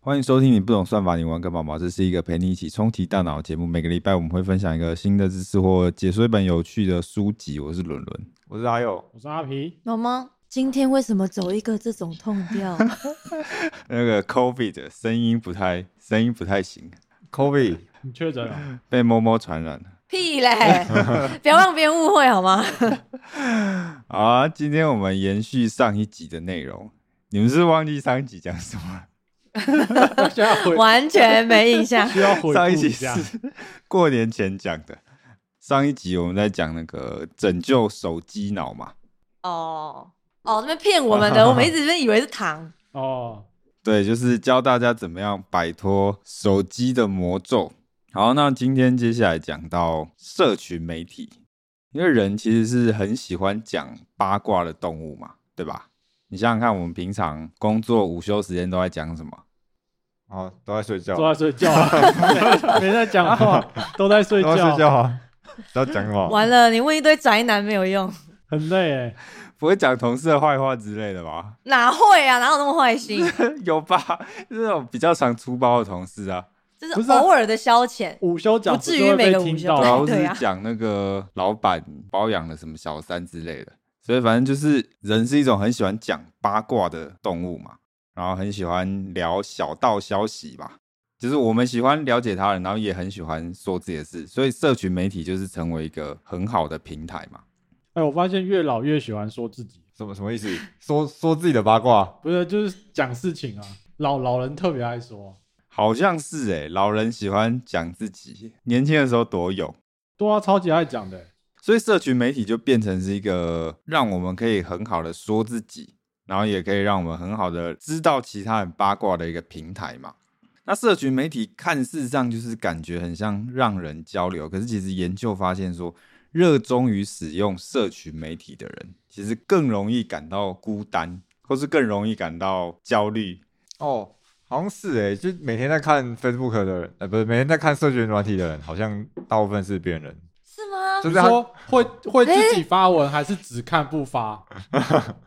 欢迎收听《你不懂算法，你玩个毛毛》。这是一个陪你一起冲题大脑的节目。每个礼拜我们会分享一个新的知识或解说一本有趣的书籍。我是伦伦，我是阿佑。我是阿皮，毛毛，今天为什么走一个这种痛调？那个 COVID 声音不太声音不太行，COVID 你确诊了？ 被猫猫传染了。 屁嘞！不要让别人误会好吗？好啊，今天我们延续上一集的内容。你们是不是忘记上一集讲什么了？现在回完全没印象。需要回顾上一集下，是过年前讲的。上一集我们在讲那个拯救手机脑嘛，哦哦，那边骗我们的，我们一直以为是糖。哦，对，就是教大家怎么样摆脱手机的魔咒。好，那今天接下来讲到社群媒体，因为人其实是很喜欢讲八卦的动物嘛，对吧？你想想看，我们平常工作午休时间都在讲什么？哦，都在睡觉，都在睡觉啊，没没在讲话，都在睡都在睡觉，觉啊，要讲什么？完了，你问一堆宅男没有用，很累哎。 不会讲同事的坏话之类的吧？ 哪会啊？哪有那么坏心？有吧？就是那种比较常粗暴的同事啊，这不是是啊偶尔的消遣。午休讲不至于就会被每个午听休到对吧啊，啊，或对是啊讲那个老板包养了什么小三之类的。所以反正就是人是一种很喜欢讲八卦的动物嘛，然后很喜欢聊小道消息吧，就是我们喜欢了解他人，然后也很喜欢说自己的事，所以社群媒体就是成为一个很好的平台嘛。哎，我发现越老越喜欢说自己，什么什么意思？说说自己的八卦，不是就是讲事情啊，老老人特别爱说。好像是诶、老人喜欢讲自己年轻的时候多有，对啊，超级爱讲的欸，所以社群媒体就变成是一个让我们可以很好的说自己，然后也可以让我们很好的知道其他人八卦的一个平台嘛。那社群媒体看似上就是感觉很像让人交流，可是其实研究发现说，热衷于使用社群媒体的人，其实更容易感到孤单，或是更容易感到焦虑。哦，好像是哎、就每天在看 Facebook 的人，呃，不是每天在看社群软体的人，好像大部分是别人，是吗？就是你他说会会自己发文还是只看不发？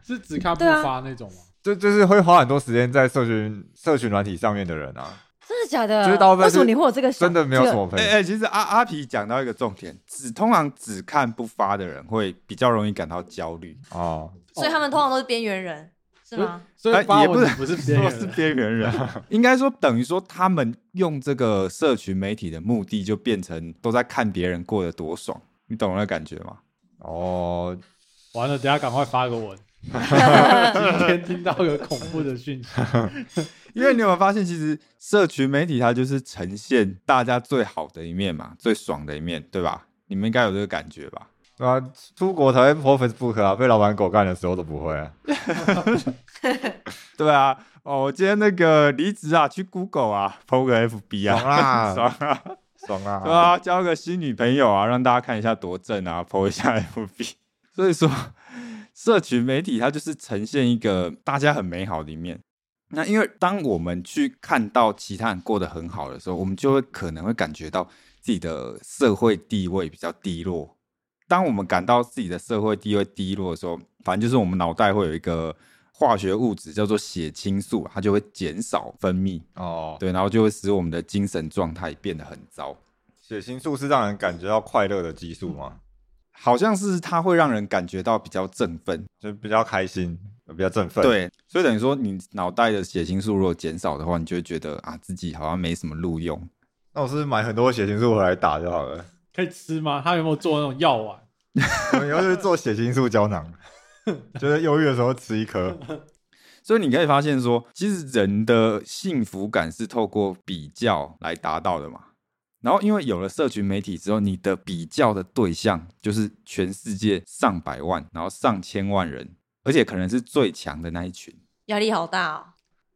是只看不对啊发那种吗？就就是会花很多时间在社群社群软体上面的人啊，真的假的？就是大部分为是什么你会有这个想？真的没有这什个。么朋哎友哎、。其实阿阿皮讲到一个重点，只通常只看不发的人会比较容易感到焦虑。哦，所以他们通常都是边缘人，是吗？所以哎发也不文是的不是别说人是人，边缘人，应该说等于说他们用这个社群媒体的目的，就变成都在看别人过得多爽，你懂那感觉吗？哦，完了，等一下赶快发个文。今天听到个恐怖的讯息，因为你有没有发现，其实社群媒体它就是呈现大家最好的一面嘛，最爽的一面，对吧？你们应该有这个感觉吧？对啊，出国才会 po Facebook 啊，被老板狗干的时候都不会、啊。对啊，哦，我今天那个离职啊，去 Google 啊，PO 个 FB 爽啊，啦，爽啊，爽啦！对啊，交个新女朋友啊，让大家看一下多正啊，po 一下 FB。所以说，社群媒体它就是呈现一个大家很美好的一面。那因为当我们去看到其他人过得很好的时候，我们就会可能会感觉到自己的社会地位比较低落。当我们感到自己的社会地位低落的时候，反正就是我们脑袋会有一个化学物质叫做血清素，它就会减少分泌，哦，对，然后就会使我们的精神状态变得很糟。血清素是让人感觉到快乐的激素嘛，好像是它会让人感觉到比较振奋，就比较开心，比较振奋。，对，所以等于说你脑袋的血清素如果减少的话，你就会觉得啊自己好像没什么录用。那我是不是买很多血清素回来打就好了。 可以吃吗？他有没有做那种药丸？我们以后就是做血清素胶囊， 就是忧郁的时候吃一颗。所以你可以发现说，其实人的幸福感是透过比较来达到的嘛。然后因为有了社群媒体之后，你的比较的对象就是全世界上百万，然后上千万人，而且可能是最强的那一群。压力好大哦。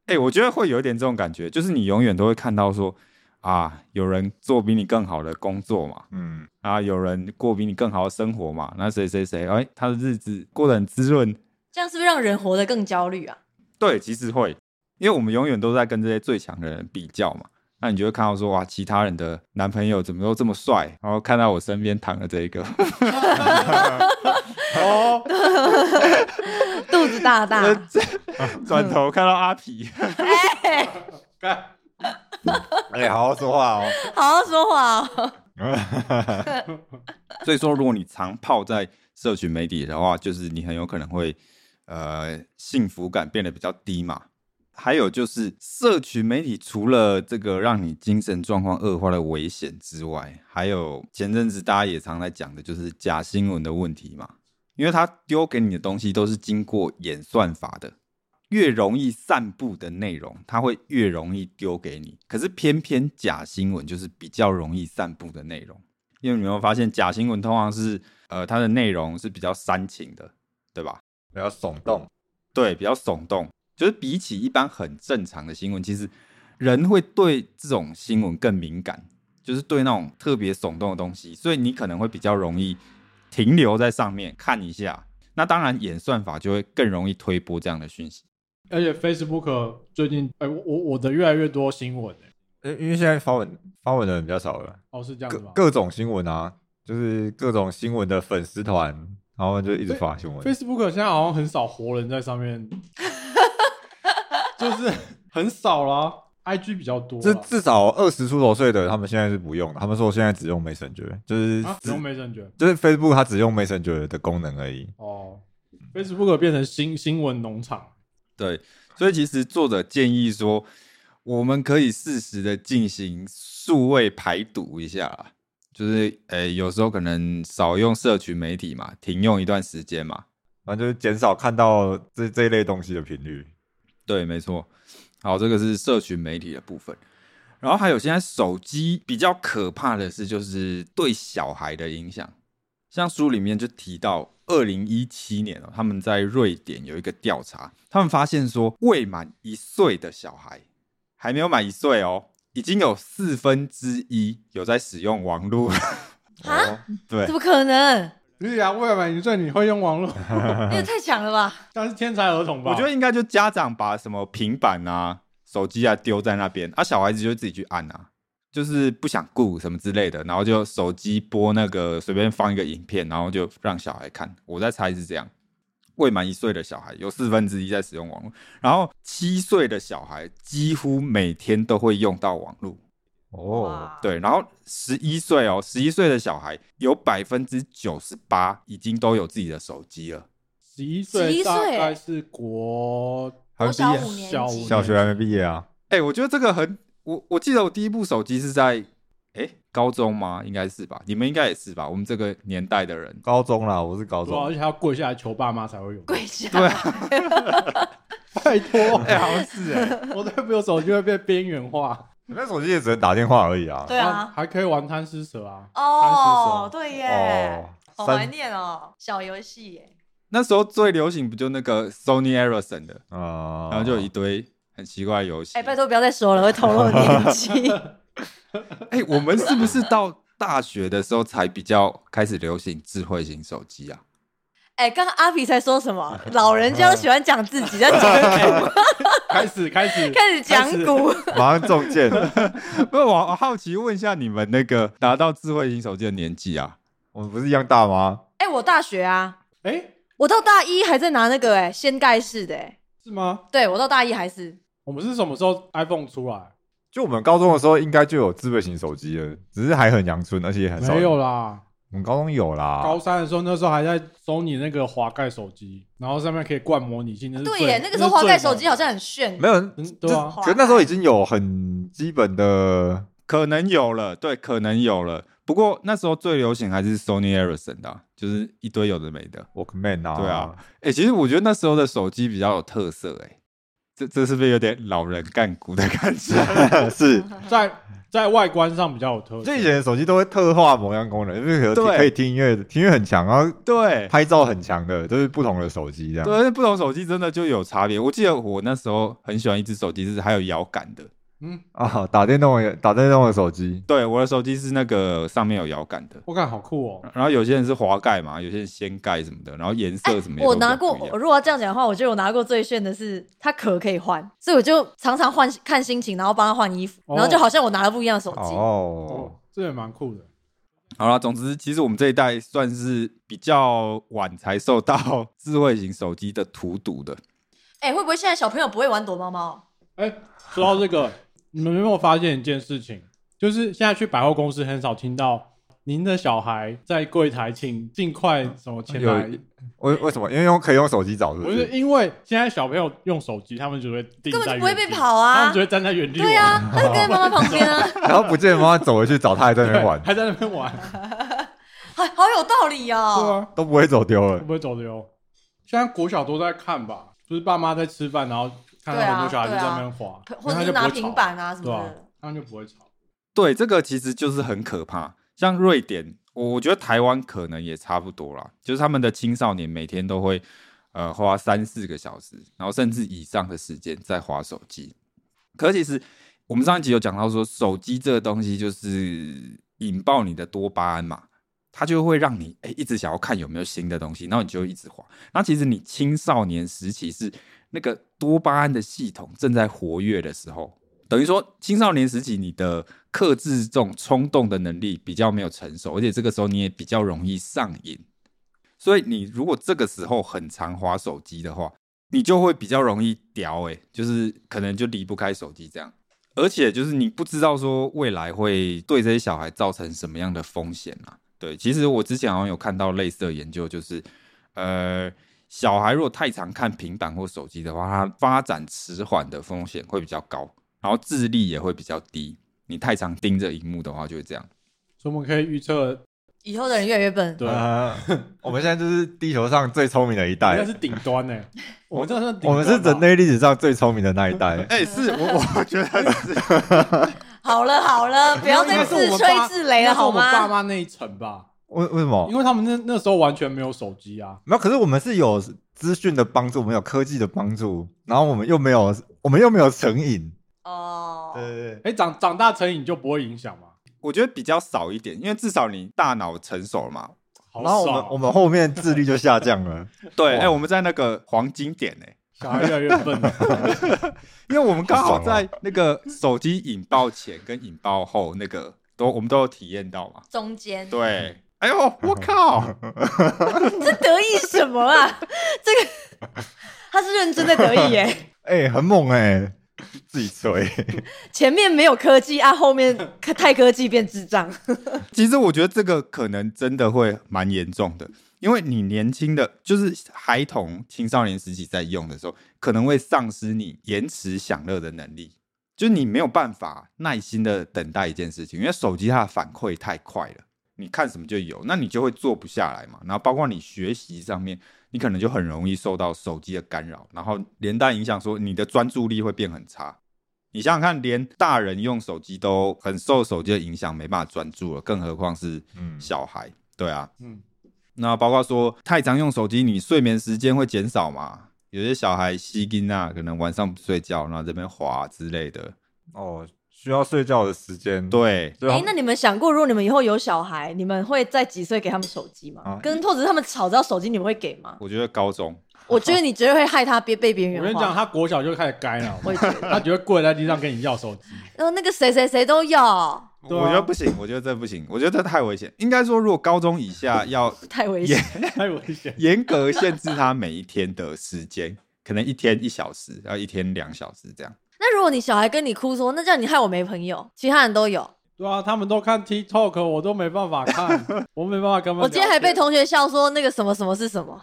哎、我觉得会有一点这种感觉，就是你永远都会看到说啊，有人做比你更好的工作嘛，嗯，啊，有人过比你更好的生活嘛，那谁谁谁，哎，他的日子过得很滋润。这样是不是让人活得更焦虑啊？对，其实会，因为我们永远都在跟这些最强的人比较嘛。那你就会看到说，哇，其他人的男朋友怎么都这么帅，然后看到我身边躺的这一个， 哦，肚子大大， 转头看到阿皮，哎，干哎、好好说话哦。 好好说话、哦。所以说，如果你常泡在社群媒体的话，就是你很有可能会呃幸福感变得比较低嘛。还有就是，社群媒体除了这个让你精神状况恶化的危险之外，还有前阵子大家也常在讲的，就是假新闻的问题嘛。因为它丢给你的东西都是经过演算法的，越容易散布的内容，它会越容易丢给你。可是偏偏假新闻就是比较容易散布的内容。因为你有没有发现，假新闻通常是呃，它的内容是比较煽情的，对吧？比较耸动，对，比较耸动，就是比起一般很正常的新闻，其实人会对这种新闻更敏感，就是对那种特别耸动的东西，所以你可能会比较容易停留在上面看一下。那当然，演算法就会更容易推播这样的讯息。而且 Facebook 最近，哎、我我我的越来越多新闻、哎，因因为现在发文发文的人比较少了，哦，是这样各子吗各种新闻啊，就是各种新闻的粉丝团，然后就一直发新闻。 ？Facebook 现在好像很少活人在上 面，就是很少啦。IG 比较多啦，啊至至少二十出头岁的，他们现在是不用的。他们说现在只用 Messenger，就是啊，只、用没人觉就是 Facebook 它只用 Messenger 的功能而已。哦。Facebook 变成新新闻农场，对，所以其实作者建议说，我们可以适时的进行数位排毒一下啦，就是呃、有时候可能少用社群媒体嘛，停用一段时间嘛。反正就是减少看到这这一类东西的频率。对，没错。好，这个是社群媒体的部分。然后还有现在手机比较可怕的是，就是对小孩的影响。像书里面就提到，二零一七年哦，他们在瑞典有一个调查，他们发现说，未满一岁的小孩还没有满一岁哦，已经有四分之一有在使用网络了。哦啊，对怎，么可能？对呀，啊未满一岁你会用网络， 也太强了吧！ 但是天才儿童吧？我觉得应该就家长把什么平板啊、手机啊丢在那边，啊，小孩子就自己去按啊，就是不想顾什么之类的，然后就手机播那个随便放一个影片，然后就让小孩看。我在猜是这样。未满一岁的小孩有四分之一在使用网络，然后七岁的小孩几乎每天都会用到网络。哦，哇，对，然后十一岁哦，十一岁的小孩有百分之九十八已经都有自己的手机了。十一11岁岁大概是国还我哦没毕小业五啊，年小级，小学还没毕业啊。哎、我觉得这个很，我我记得我第一部手机是在哎、高中吗？应该是吧，你们应该也是吧，我们这个年代的人。高中啦，我是高对啊，中而，且还要跪下来求爸妈才会有。跪下，对拜托，哎、好像是哎、 我再不有手机会被边缘化。那手机也只能打电话而已啊。对啊，还可以玩贪吃蛇啊。哦，贪吃蛇对耶，好哦，怀三念哦，小游戏耶，那时候最流行不就那个 Sony Ericsson 的，啊，然后就有一堆很奇怪的游戏。哎，拜托不要再说了，会透露年 纪。哎、我们是不是到大学的时候才比较开始流行智慧型手机啊？ 哎，刚刚阿皮才说什么？老人家都喜欢讲自己，在 讲古，开始开始开始讲古。 马上中箭。不是，我好奇问一下你们那个拿到智慧型手机的年纪啊？我们不是一样大吗？哎，我大学啊，哎、我到大一还在拿那个哎掀盖式的哎，是吗？对我到大一还是我们是什么时候 iPhone 出来？就我们高中的时候，应该就有智慧型手机了，只是还很阳春，而且也很少。没有，啦，我们高中有啦。高三的时候，那时候还在收你那个滑盖手机，然后上面可以灌模拟器，那是对最耶，那个时候滑盖手机好像很炫，没有，那是最嗯对啊，可是那时候已经有很基本的，可能有了，对，可能有了。不过那时候最流行还是 Sony Ericsson 的啊、就是一堆有的没的。 Walkman 啊，对啊，哎、其实我觉得那时候的手机比较有特色、欸，哎，这这是不是有点老人干股的感觉？ 是。在在外观上比较有特色就以。前的手机都会特化某样功能，就是可对以可以听音乐，听音乐很强，然后对，拍照很强的，都、是不同的手机这样。对，不同手机真的就有差别。我记得我那时候很喜欢一只手机，是还有摇杆的。嗯，啊，打电动的打电动的手机，对，我的手机是那个上面有摇杆的。我看好酷哦、然后有些人是滑盖嘛，有些人掀盖什么的，然后 颜色什么也都哎我比较拿过不一，样我如果要这样讲的话，我觉得我拿过最炫的是它壳可以换，所以我就常常换看心情，然后帮他换衣服，哦然后就好像我拿了不一样的手机。哦，哦，这也蛮酷的。好啦，总之，其实我们这一代算是比较晚才受到智慧型手机的荼毒的。哎、会不会现在小朋友不会玩躲猫猫？哎、说到这个，你们有没有发现一件事情？就是现在去百货公司很少听到您的小孩在柜台请尽快什么前来有，为为什么？因为用可以用手机找，是不我是是？因为现在小朋友用手机，他们就会定根本在就不会原被地，跑他啊们只。会站在原地对玩，啊，他就跟在妈妈旁 边啊，然后不见妈妈走回去找，他还在那边玩，还在那边玩，好好有道理对哦。啊，都不会走丢了会。不会走的哟？现在国小都在看吧，就是爸妈在吃饭，然后看到对啊很多小孩就对啊在那边滑，或者然后他是就不拿会平吵，板啊什对么啊的，他们就不会吵。对，这个其实就是很可怕。像瑞典，我我觉得台湾可能也差不多啦，就是他们的青少年每天都会呃花三四个小时，然后甚至以上的时间在划手机。可其实我们上一集有讲到说，手机这个东西就是引爆你的多巴胺嘛，它就会让你哎、一直想要看有没有新的东西，然后你就一直滑。那其实你青少年时期是那个多巴胺的系统正在活跃的时候，等于说青少年时期你的克制这种冲动的能力比较没有成熟，而且这个时候你也比较容易上瘾。所以你如果这个时候很常滑手机的话，你就会比较容易屌哎、就是可能就离不开手机这样。而且就是你不知道说未来会对这些小孩造成什么样的风险啊？对，其实我之前好像有看到类似的研究，就是呃，小孩如果太常看平板或手机的话，他发展迟缓的风险会比较高，然后智力也会比较低。你太常盯着荧幕的话，就会这样。所以我们可以预测，以后的人越来越笨。对，啊， 我们现在就是地球上最聪明的一应代该，是顶端呢。我们这是顶端哎啊我们是吧人类历史上最聪明的那一 代。哎、是我 我觉得是。好了好了，不要再自吹自擂应该了好是我们爸吗？妈那一层吧，为为什么？因为他们那那时候完全没有手机啊，没有，可是我们是有资讯的帮助，我们有科技的帮助，然后我们又没有，我们又没有成瘾。哦，对对，哎，长长大成瘾就不会影响嘛，我觉得比较少一点，因为至少你大脑成熟了嘛。好然后我爽们啊我们后面智力就下降 了。对，哎、哇我们在那个黄金点 哎、小孩越来越笨，因为我们刚好好爽哦在那个手机引爆前跟引爆后那个都我们都有体验到嘛。中间 对，哎呦，我 靠！这得意什么啊？这个 他是认真的得意耶，哎、很猛哎、自己吹。前面没有科技啊，后面科太科技变智障。其实我觉得这个可能真的会蛮严重的，因为你年轻的就是孩童、青少年时期在用的时候，可能会丧失你延迟享乐的能力，就是你没有办法耐心的等待一件事情，因为手机它的反馈太快了，你看什么就有，那你就会做不下来嘛。然后包括你学习上面，你可能就很容易受到手机的干扰，然后连带影响说你的专注力会变很差。你想想看，连大人用手机都很受手机的影响，没办法专注了，更何况是嗯，小孩？对啊， 嗯，那包括说太常用手机，你睡眠时间会减少嘛？有些小孩吸金啊，可能晚上不睡觉，然后这边滑之类的。 哦，需要睡觉的时间。，对， 对哎、啊那你们想过，如果你们以后有小孩，你们会在几岁给他们手机吗？啊跟或者是他们吵到手机，你们会给吗？我觉得高中我觉得你绝对会害他别被边我缘跟你讲，化。他国小就开始该了，我也觉得，他只会跪在地上跟你要手机，然后那个谁谁谁都有，对啊我觉得不行，我觉得这不行，我觉得这太危险。应该说，如果高中以下要太危险。太危险。严格限制他每一天的时间，可能一天一小时，要一天两小时这样。那如果你小孩跟你哭说，那这样你害我没朋友，其他人都有。对啊，他们都看 TikTok，我都没办法看，我没办法跟他们聊天。我今天还被同学笑说那个什么什么是什么。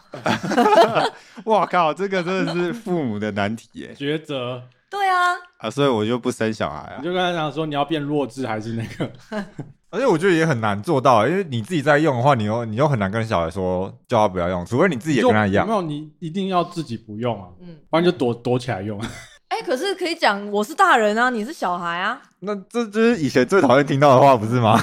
哇靠，这个真的是父母的难题耶！抉择，对啊，啊，所以我就不生小孩我啊。就跟他讲说，你要变弱智还是那个？而且我觉得也很难做到，因为你自己在用的话，你又你又很难跟小孩说叫他不要用，除非你自己也跟他一样就没。有，你一定要自己不用啊，嗯，不然就躲躲起来 用。哎、可是可以讲我是大人啊，你是小孩啊，那这就是以前最讨厌听到的话，不是吗？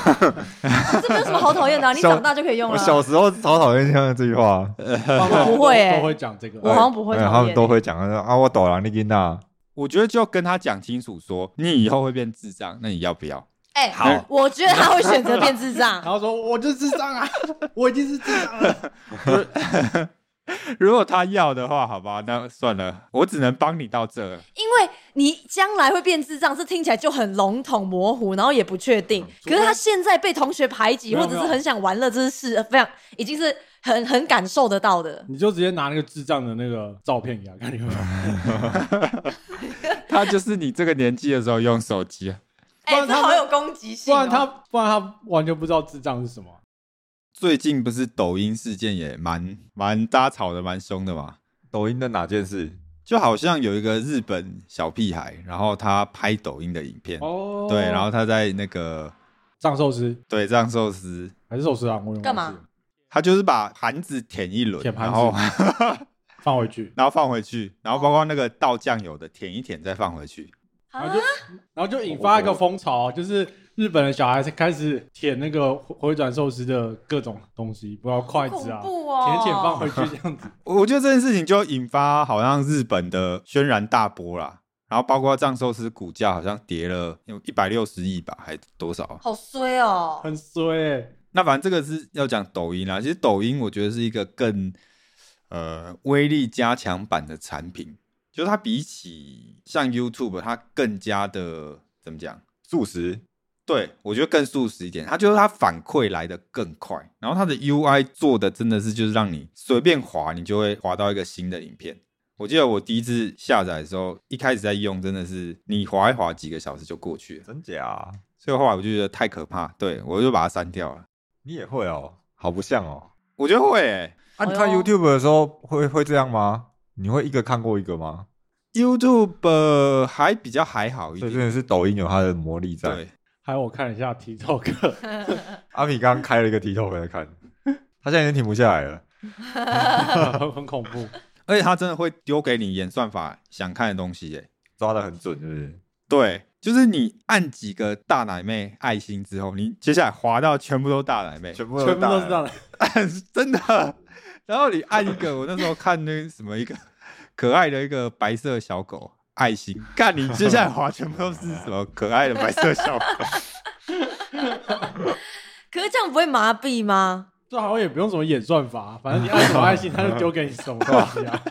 这没有什么好讨厌的、啊，你小长大就可以用 我了。小时候超讨厌听到这句话。爸妈不会欸都会讲这个。我好像不会哎讨厌、欸他们都会讲啊，我懂了，你给那我觉得就跟他讲清楚说，你以后会变智障，那你要不要？哎、好我觉得他会选择变智 障然。后说我就是智障啊， 我已经是智障了。 如果他要的话，好吧，那算了，我只能帮你到这了。因为你将来会变智障，这听起来就很笼统、模糊，然后也不确定。可是他现在被同学排嗯挤，没或有者是很想玩乐，这是是非常已经是很很感受得到的。你就直接拿那个智障的那个照片给他看，你会吗？他就是你这个年纪的时候用手机。啊哎、不然这他们好有攻击不性、哦。然他不然他完全不知道智障是什么。最近不是抖音事件也蛮蛮大家吵的蛮凶的嘛，抖音的哪件事？就好像有一个日本小屁孩，然后他拍抖音的影片，哦对，然后他在那个藏寿司对藏寿司，还是寿司啊？我有点忘记了干嘛他就是把盘子舔一轮，舔盘然子后 放回去？然后放回去，然后包括那个倒酱油的舔一舔再放回去，然啊后就然后就引哦发一个风潮，啊就是日本的小孩开始舔那个回回转寿司的各种东西，不要筷子啊恐，怖哦，舔舔放回去这样子。我我觉得这件事情就引发好像日本的轩然大波啦，然后包括藏寿司股价好像跌了有一百六十亿吧，还多少啊？好衰哦。很衰、欸，那反正这个是要讲抖音啦，其实抖音我觉得是一个更呃威力加强版的产品，就是它比起像 YouTube，它更加的怎么讲？素食对我觉得更速食一点，它就是它反馈来的更快，然后它的 UI 做的真的是就是让你随便滑，你就会滑到一个新的影片。我记得我第一次下载的时候，一开始在用，真的是你滑一滑几个小时就过去了，真假、所以后来我就觉得太可怕，对我就把它删掉了。你也会哦，好不像哦。我觉得会、欸，啊，哎呦你看 YouTube 的时候会会这样吗？你会一个看过一个吗？ YouTube 呃还比较还好一所以点，真的是抖音有它的魔力在。对，还有我看了一下 TikTok，阿米刚刚开了一个 TikTok 来看， 他现在已经停不下来了。很 很恐怖。而且它真的会丢给你演算法想看的东西耶。抓的很准，是不是？对，就是你按几个大奶妹爱心之后，你接下来滑到全部都大奶妹，全部全部都是大这样人的， 真的。然后你按一个，我那时候看那个什么一个可爱的一个白色小狗爱心，看你接下来滑全部都是什么可爱的白色小狗，可是这样不会麻痹吗？这好像也不用什么演算法、反正你按什么爱心，他就丢给你什么东西啊。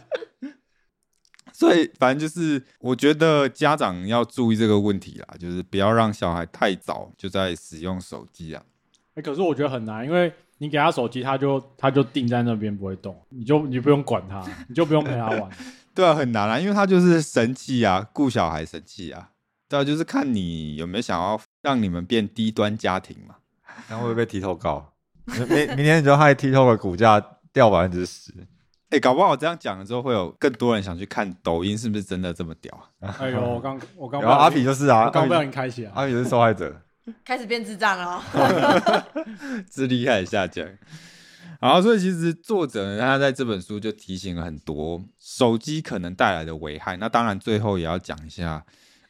所以反正就是我觉得家长要注意这个问题啦，就是不要让小孩太早就在使用手机啊。 哎、可是我觉得很难，因为你给他手机，他就他就定在那边不会动，你就你不用管他，你就不用陪他玩。对啊，很难啊，因为他就是神器啊，顾小孩神器啊。对啊，就是看你有没有想要让你们变低端家庭嘛。然后会被 TikTok 告。 明明天你就害 TikTok 的股价掉百分之十，哎、搞不好我这样讲了之后，会有更多人想去看抖音，是不是真的这么屌啊？哎 呦，我刚我刚然后 阿不小皮心就是啊，我刚被阿皮人开啊起来，阿皮是受害者。开始变智障了 哦。 智力开始下降。然后，所以其实作者呢，他在这本书就提醒了很多手机可能带来的危害。那当然，最后也要讲一下，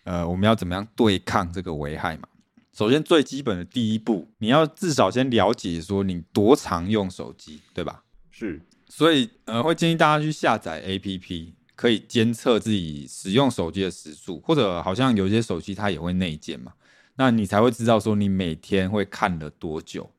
呃，我们要怎么样对抗这个危害嘛？首先，最基本的第一步，你要至少先了解说你多常用手机，对吧？是，所以，呃，会建议大家去下载 APP，可以监测自己使用手机的时数，或者好像有些手机它也会内建嘛，那你才会知道说你每天会看了多久。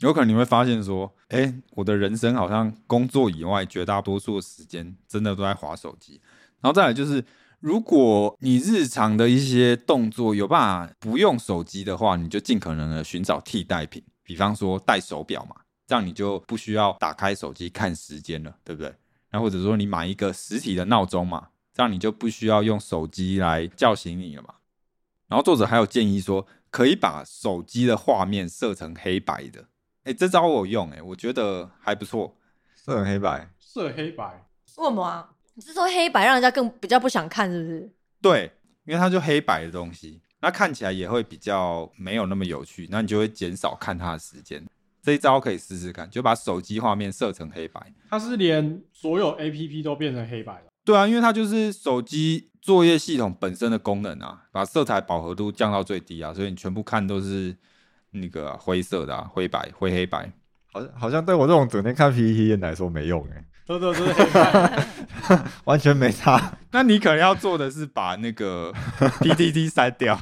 有可能你会发现说，哎、我的人生好像工作以外绝大多数的时间真的都在划手机。然后再来就是，如果你日常的一些动作有办法不用手机的话，你就尽可能的寻找替代品，比方说戴手表嘛，这样你就不需要打开手机看时间了，对不对？那或者说你买一个实体的闹钟嘛，这样你就不需要用手机来叫醒你了嘛。然后作者还有建议说，可以把手机的画面设成黑白的。哎，这招我有用哎、诶我觉得还不错。是很黑白。色黑白。为什么啊？你是说黑白让人家更比较不想看，是不是？对，因为它就黑白的东西，那看起来也会比较没有那么有趣，那你就会减少看它的时间。这一招可以试试看，就把手机画面设成黑白。它是连所有 A P P 都变成黑白的，对啊，因为它就是手机作业系统本身的功能啊，把色彩饱和度降到最低啊，所以你全部看都是那个啊灰色的啊，灰白、灰黑白。好像好像对我这种整天看 PPT 的人来说没用哎、都都都是 黑白。完全没差。那你可能要做的是把那个 PPT 删掉，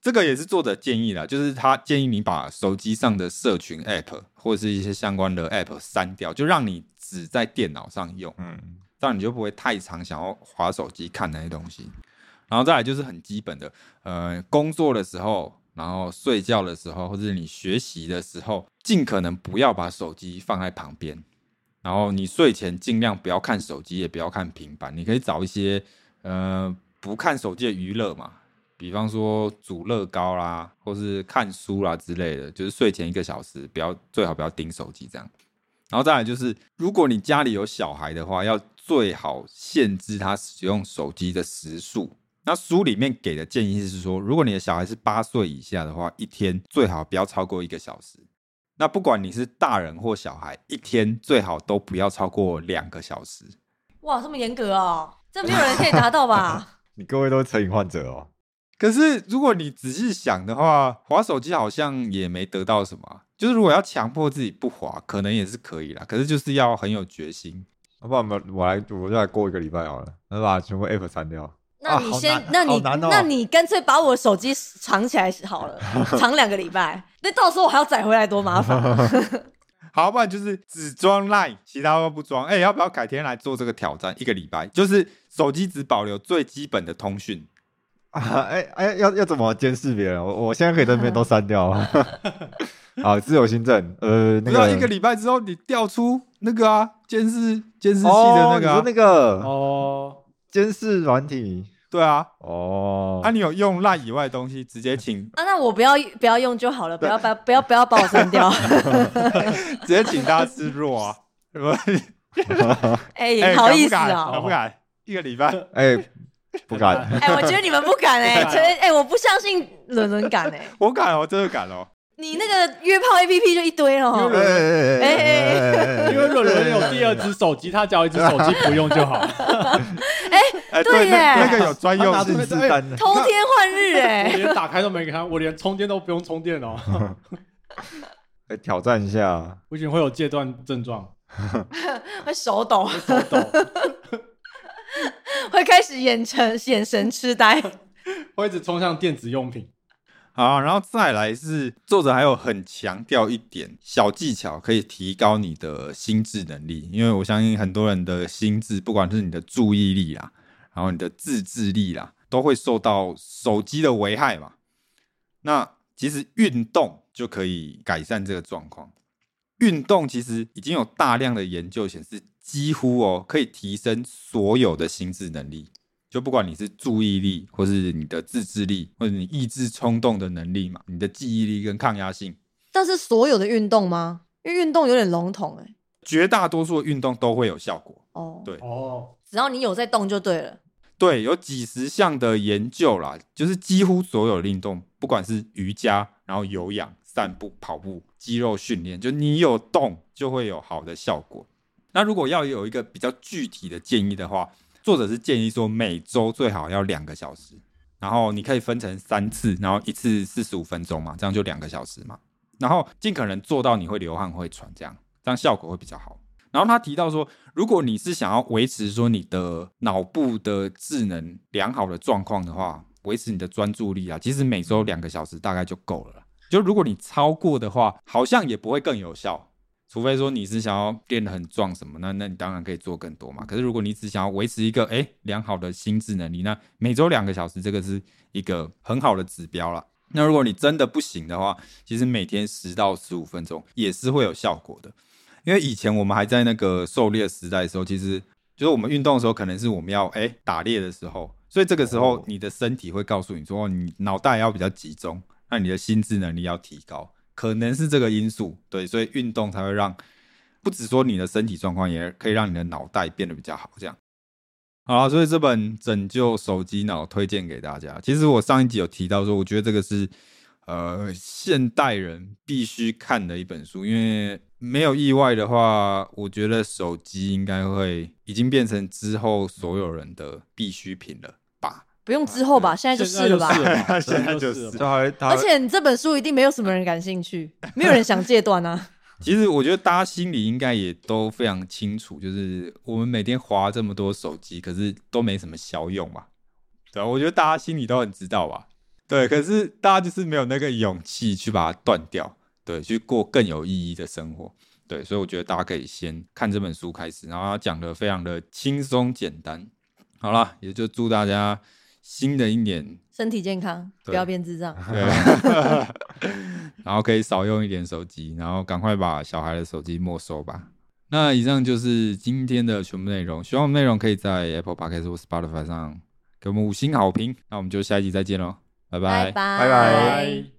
这个也是作者建议啦，就是他建议你把手机上的社群 App 或是一些相关的 App 删掉，就让你只在电脑上用，嗯，这样你就不会太常想要划手机看那些东西。然后再来就是很基本的，呃，工作的时候，然后睡觉的时候，或者你学习的时候，尽可能不要把手机放在旁边，然后你睡前尽量不要看手机，也不要看平板，你可以找一些呃不看手机的娱乐嘛，比方说煮乐高啦，或是看书啦之类的，就是睡前一个小时不要最好不要盯手机这样。然后再来就是，如果你家里有小孩的话，要最好限制他使用手机的时数。那书里面给的建议是说，如果你的小孩是八岁以下的话，一天最好不要超过一个小时。那不管你是大人或小孩，一天最好都不要超过两个小时。哇，这么严格哦，这没有人可以达到吧？你各位都是成瘾患者哦。可是如果你仔细想的话，划手机好像也没得到什么啊。就是如果要强迫自己不划，可能也是可以啦。可是就是要很有决心。要不然我们我来我就来过一个礼拜好了，那把全部 app 删掉。那你先，好难那你、好难哦那你干脆把我手机藏起来好了，藏两个礼拜，那到时候我还要载回来，多麻烦啊。好，不然就是只装 Line，其他都不装。哎、要不要改天来做这个挑战？一个礼拜，就是手机只保留最基本的通讯。啊，哎、哎、要要怎么监视别人？我我现在可以灯片都删掉啊。好，自由新政，呃，那不要个一个礼拜之后，你调出那个啊，监视监视器的哦那个、啊你说那个哦，监视软体对啊。哦啊，，你有用 Line 以外的东西，直接请啊，那我不要不要用就好了，不要把不要不要把我删掉。直接请大家吃肉啊。什么？哎、哎、好意思敢不敢？哦、敢不敢？一个礼拜， 哎、不敢，哎、我觉得你们不敢哎、不敢觉得哎，我不相信伦伦敢哎、我敢哦，真的敢哦。你那个约炮 A P P 就一堆哎哦。哎哎因为伦伦有第二只手机，他只要一只手机不用就 好。哎、对对，那耶那个有专用信性誓旦旦，通天换日哎、 我连打开都没给他，我连充电都不用充电 哦，哎，挑战一下，不行会有戒断症 状，会手抖，会手抖， 会开始眼神眼神痴呆。会一直冲向电子用品。好，然后再来是作者还有很强调一点小技巧，可以提高你的心智能力，因为我相信很多人的心智，不管是你的注意力啦，然后你的自制力啦，都会受到手机的危害嘛。那其实运动就可以改善这个状况。运动其实已经有大量的研究显示，几乎哦可以提升所有的心智能力。就不管你是注意力，或是你的自制力，或者你抑制冲动的能力嘛，你的记忆力跟抗压性，但是所有的运动吗？因为运动有点笼统哎、绝大多数的运动都会有效果。哦，对哦，只要你有在动就对了。对，有几十项的研究啦，就是几乎所有的运动，不管是瑜伽，然后有氧、散步、跑步、肌肉训练，就你有动就会有好的效果。那如果要有一个比较具体的建议的话，作者是建议说每周最好要两个小时，然后你可以分成三次，然后一次四十五分钟嘛，这样就两个小时嘛。然后尽可能做到你会流汗会喘，这样这样效果会比较好。然后他提到说，如果你是想要维持说你的脑部的智能良好的状况的话，维持你的专注力啊，其实每周两个小时大概就够了啦。就如果你超过的话，好像也不会更有效。除非说你是想要练得很壮什么，那那你当然可以做更多嘛。可是如果你只想要维持一个诶良好的心智能力，那每周两个小时这个是一个很好的指标了。那如果你真的不行的话，其实每天十到十五分钟也是会有效果的。因为以前我们还在那个狩猎时代的时候，其实就是我们运动的时候，可能是我们要哎、打猎的时候，所以这个时候哦你的身体会告诉你说，哦你脑袋要比较集中，那你的心智能力要提高，可能是这个因素。对，所以运动才会让不只说你的身体状况，也可以让你的脑袋变得比较好，这样。好啦，所以这本《拯救手机脑》推荐给大家。其实我上一集有提到说，我觉得这个是呃现代人必须看的一本书，因为没有意外的话，我觉得手机应该会已经变成之后所有人的必需品了吧？不用之后吧，现在就现是在了就是吧。了吧，现在就了是吧。就还他 而且你这本书一定没有什么人感兴趣，没有人想戒断啊。 其实我觉得大家心里应该也都非常清楚，就是我们每天划这么多手机，可是都没什么效用嘛。对啊，我觉得大家心里都很知道吧。对，可是大家就是没有那个勇气去把它断掉，对，去过更有意义的生活。对，所以我觉得大家可以先看这本书开始，然后它讲的非常的轻松简单。好啦，也就祝大家新的一年身体健康，对不要变智障。对，然后可以少用一点手机，然后赶快把小孩的手机没收吧。那以上就是今天的全部内容，喜欢我们内容可以在 Apple Podcast 或 Spotify 上给我们五星好评。那我们就下一集再见喽，拜拜。拜拜拜拜拜。